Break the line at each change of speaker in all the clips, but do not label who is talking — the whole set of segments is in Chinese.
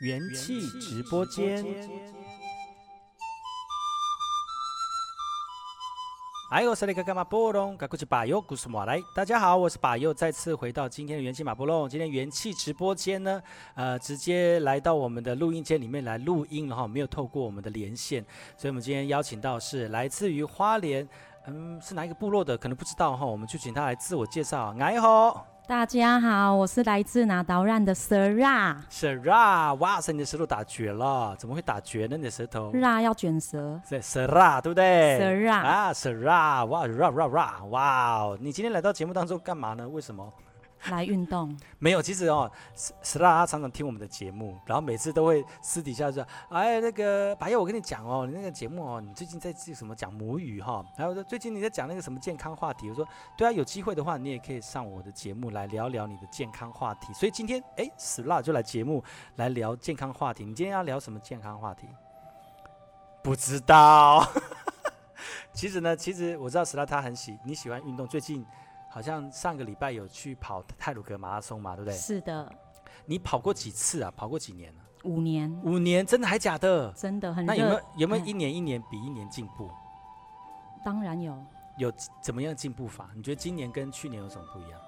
元气直播间。哎呦，塞里卡干嘛波隆，嘎古吉巴尤古斯马来，大家好，我是巴尤，再次回到今天的元气马波隆。今天元气直播间呢，呃，直接来到我们的录音间里面来录音了哈，没有透过我们的连线，所以我们今天邀请到是来自于花莲，嗯，是哪一个部落的，可能不知道哈，我们就请他来自我介绍。哎吼。
大家好，我是来自拿刀让的 Sara，
是 ra，哇塞，你的舌头打绝了，怎么会打绝呢？你的舌头
辣要卷舌
是 s ra，对不对
s r a
啊 s ra，哇 ra ra ra，哇哦！你今天来到节目当中干嘛呢？为什么？
来运动，
没有，其实哦，s s ra 他常常听我们的节目，然后每次都会私底下说，哎，那个白夜，我跟你讲哦，你那个节目哦，你最近在记什么讲母语哈、然后说最近你在讲那个什么健康话题，我说对啊，有机会的话，你也可以上我的节目来聊聊你的健康话题。所以今天哎死辣就来节目来聊健康话题。你今天要聊什么健康话题？不知道。 其实呢，其实我知道死辣他很喜你喜欢运动，最近好像上个礼拜有去跑泰鲁格马拉松嘛，对不对？
是的，
你跑过几次啊？跑过几年了、
五年，
五年，真的还假的？
真的很
那有没有
热，
有没有
嗯
一年一年比一年进步？
当然有，
有怎么样进步法？你觉得今年跟去年有什么不一样？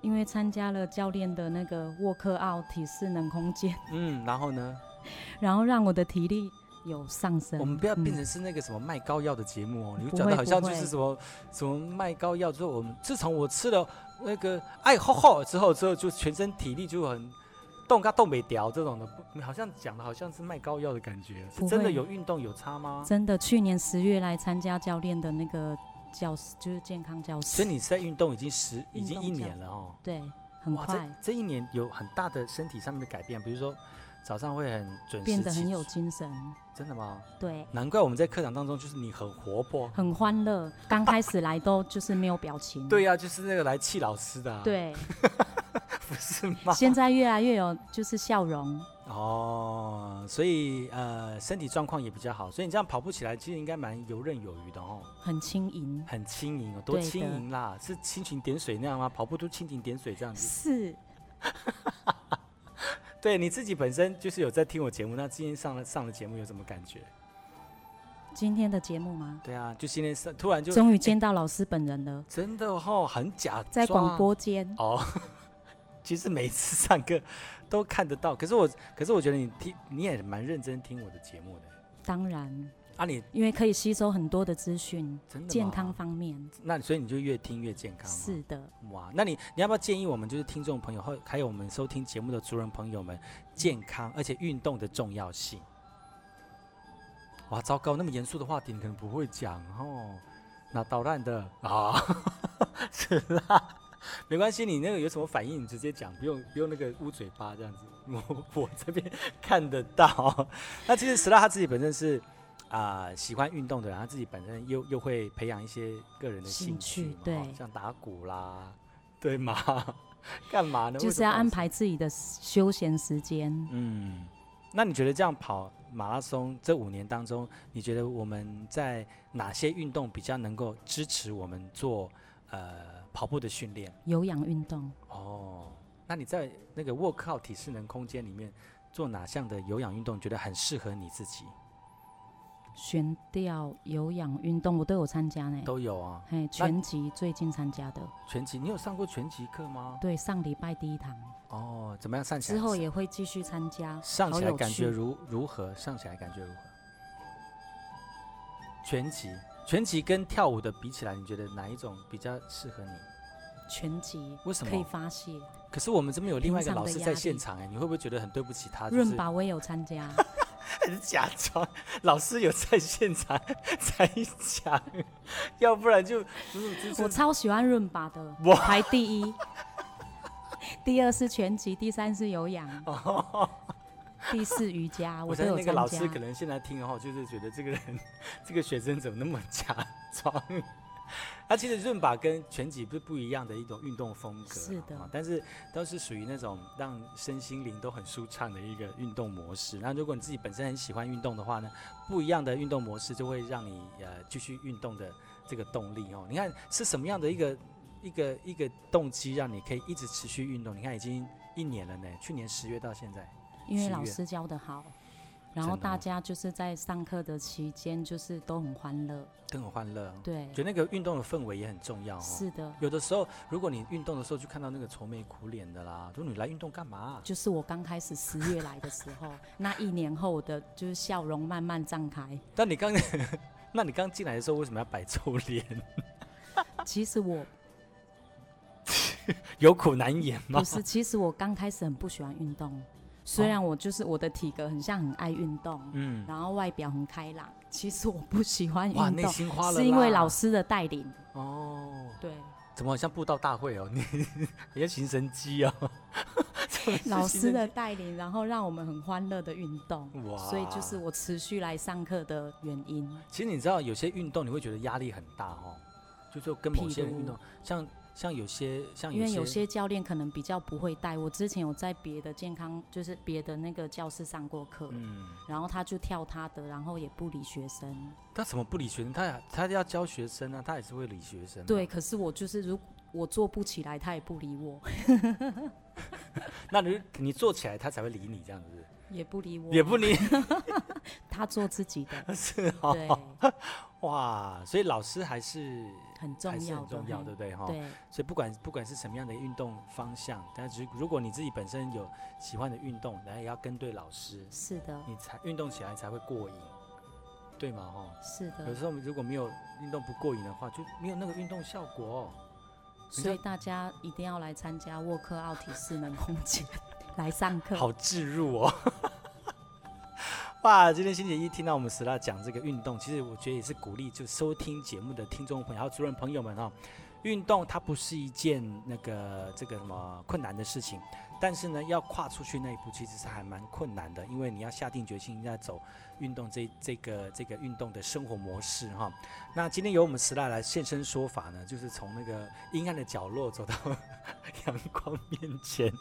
因为参加了教练的那个沃克奥体适能空间，
嗯，然后呢？
然后让我的体力有上升。
我们不要变
嗯
成是那个什么卖膏药的节目哦，你
不
讲的
会
好
不
像就
会
是什么什么卖膏药之后，我们自从我吃了那个爱吼吼之后，之后就全身体力就很动嘎动没调这种的，你好像讲的好像是卖膏药的感觉，是
不
真的
会
有运动有差吗？
真的，去年十月来参加教练的那个教室，就是健康教
所以
室，
你在运动已经十已
运
经
动
一
这样
年了哦。
对，很
哇，这
快
这一年有很大的身体上面的改变，比如说早上会很准时，
变得很有，精神，
真的吗？
对，
难怪我们在课堂当中就是你很活泼，
很欢乐。刚开始来都就是没有表情，
对呀、就是那个来气老师的、啊，，
嗯对，
不是 吗？
现在越来越有就是笑容。
哦，所以呃，身体状况也比较好，所以你这样跑步起来，其实应该蛮游刃有余的哦，
很轻盈，
很轻盈哦，多
对的
轻盈啦，是蜻蜓点水那样吗？跑步都蜻蜓点水这样子。
是
对，你自己本身就是有在听我节目，那今天上了上了节目有什么感觉？
今天的节目吗？
对啊，就今天上突然就哎
终于见到老师本人了，
真的哦，很假，
在广播间，
哦。 其实每次上课都看得到，可是我，可是我觉得你听，你也蛮认真听我的节目的
当然，
啊你。
因为可以吸收很多的资讯，
真的吗
健康方面
那所以你就越听越健康吗
是的，
哇，那你你要不要建议我们就是听众朋友，还还有我们收听节目的族人朋友们，健康而且运动的重要性？哇，糟糕，那么严肃的话题你可能不会讲哦。那捣蛋的啊， 是啦，没关系，你那个有什么反应你直接讲，不用不用那个捂嘴巴这样子， 我我这边看得到。 那其实石拉他自己本身是啊、喜欢运动的人，他自己本身又又会培养一些个人的兴
兴
趣
趣
嘛，
对
哦像打鼓啦，对吗？ 干嘛呢？
就
为
是
什么
要
跑
安
步
排自己的休闲时间。
嗯，那你觉得这样跑马拉松这五年当中，你觉得我们在哪些运动比较能够支持我们做呃跑步的训练？
有氧运动，
哦，那你在那个沃克奥体适能空间里面做哪项的有氧运动，觉得很适合你自己？
悬吊、有氧运动我都有参加呢。
都有啊，
嘿，拳击最近参加的，
拳击，你有上过拳击课吗？
对，上礼拜第一堂
哦，怎么样上起来？
之后也会继续参加，
上
好
起来
有
感觉
趣
如如何？上起来感觉如何？拳击，拳击跟跳舞的比起来，你觉得哪一种比较适合你？
拳击
为什
可以
么？
发泄，
可是我们这边有另外一个
平常
老
的
师
压
在
力
现场哎、你会不会觉得很对不起他？啊就是
润吧我也有参加，
还是 假装，老师有在现场 才讲，要不然就就是
我
就是
超喜欢润吧的，
哇
排第一， 第二是拳击，第三是有氧，
哦。
第四 瑜伽，
我
啊我
相
都
信那
有
个
参加。
老师可能现在听哦，就是觉得这个人，这个学生怎么那么假装？他其实润把跟拳击不是不一样的一种运动风格啦，
是的
啊但是都是属于那种让身心灵都很舒畅的一个运动模式。那如果你自己本身很喜欢运动的话呢，不一样的运动模式就会让你呃继续运动的这个动力哦。你看是什么样的一个一个一个动机让你可以一直持续运动？你看已经一年了呢，去年十月到现在。
因
十
为
月
老师教的好，然后
真的
大
哦
家就是在上课的期间就是都很欢乐，
都很欢乐。哦
对，
觉得那个运动的氛围也很重要哦。
是的，
有的时候，如果你运动的时候就看到那个愁眉苦脸的啦，说你来运动干嘛、
就是我刚开始十月来的时 候，那一年后我的就是笑容慢慢绽开。
但你刚， 那你刚进来的时候为什么要摆臭脸？
其实我
有苦难言吗
不？是，其实我刚开始很不喜欢运动，虽
哦
然我就是我的体格很像很爱运动，
嗯，
然后外表很开朗，其实我不喜欢
哇，
运
内
动，
心花了啦。
是因为老师的带领。
哦，
对，
怎么好像布道大会哦？ 你你要行神机哦？怎么 是
老
行
师
神
的带领，然后让我们很欢乐的运动，
机哇，
所以就是我持续来上课的原因。
其实你知道，有些运动你会觉得压力很大哦，就就跟某
譬
些人
如
运动，像像有些像
因为有
有
些教练可能比较不会带，我之前有在别的健康，就是别的那个教室上过课，
嗯，
然后他就跳他的，然后也不理学生。
他怎么不理学生？他也他要教学生啊，他也是会理学生、
对，，可是我就是如我做不起来，他也不理我，
那你你做起来，他才会理你这样子，
也不理我，
也不理
他做自己 的，
是
对
哦，，哇，所以老师还是
很重
还是
要
很
的
重要，哦
嘿
对不对哈？
对，
所以不管不管是什么样的运动方向，但是如果你自己本身有喜欢的运动，然后也要跟对老师，
是的，
你才运动起来才会过瘾，对吗？哈、
是
有
的，
时候如果没有运动不过瘾的话，就没有那个运动效果、哦。你
所以
这
大家一定要来参加沃克奥体适能空间 来上课。
好置入哦。 哇，今天星姐一听到我们石拉讲这个运动，其实我觉得也是鼓励就收听节目的听众朋友、还有主任朋友们哦。运动它不是一件那个这个什么困难的事情，但是呢，要跨出去那一步其实是还蛮困难的，因为你要下定决心要走运动这这个这个运动的生活模式哈、那今天由我们石拉来现身说法呢，就是从那个阴暗的角落走到 阳光面前，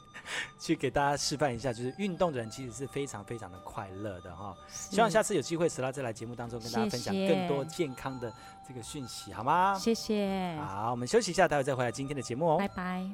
去给大家示范一下，就是运动的人其实是非常非常的快乐的哈、
嗯
希望
是
下次有机会，石拉再来节目当中跟大家分享更多
谢
健康的这个讯息，好吗？
谢谢，
好，我们休息一下，待会再回来今天的节目哦。
拜拜。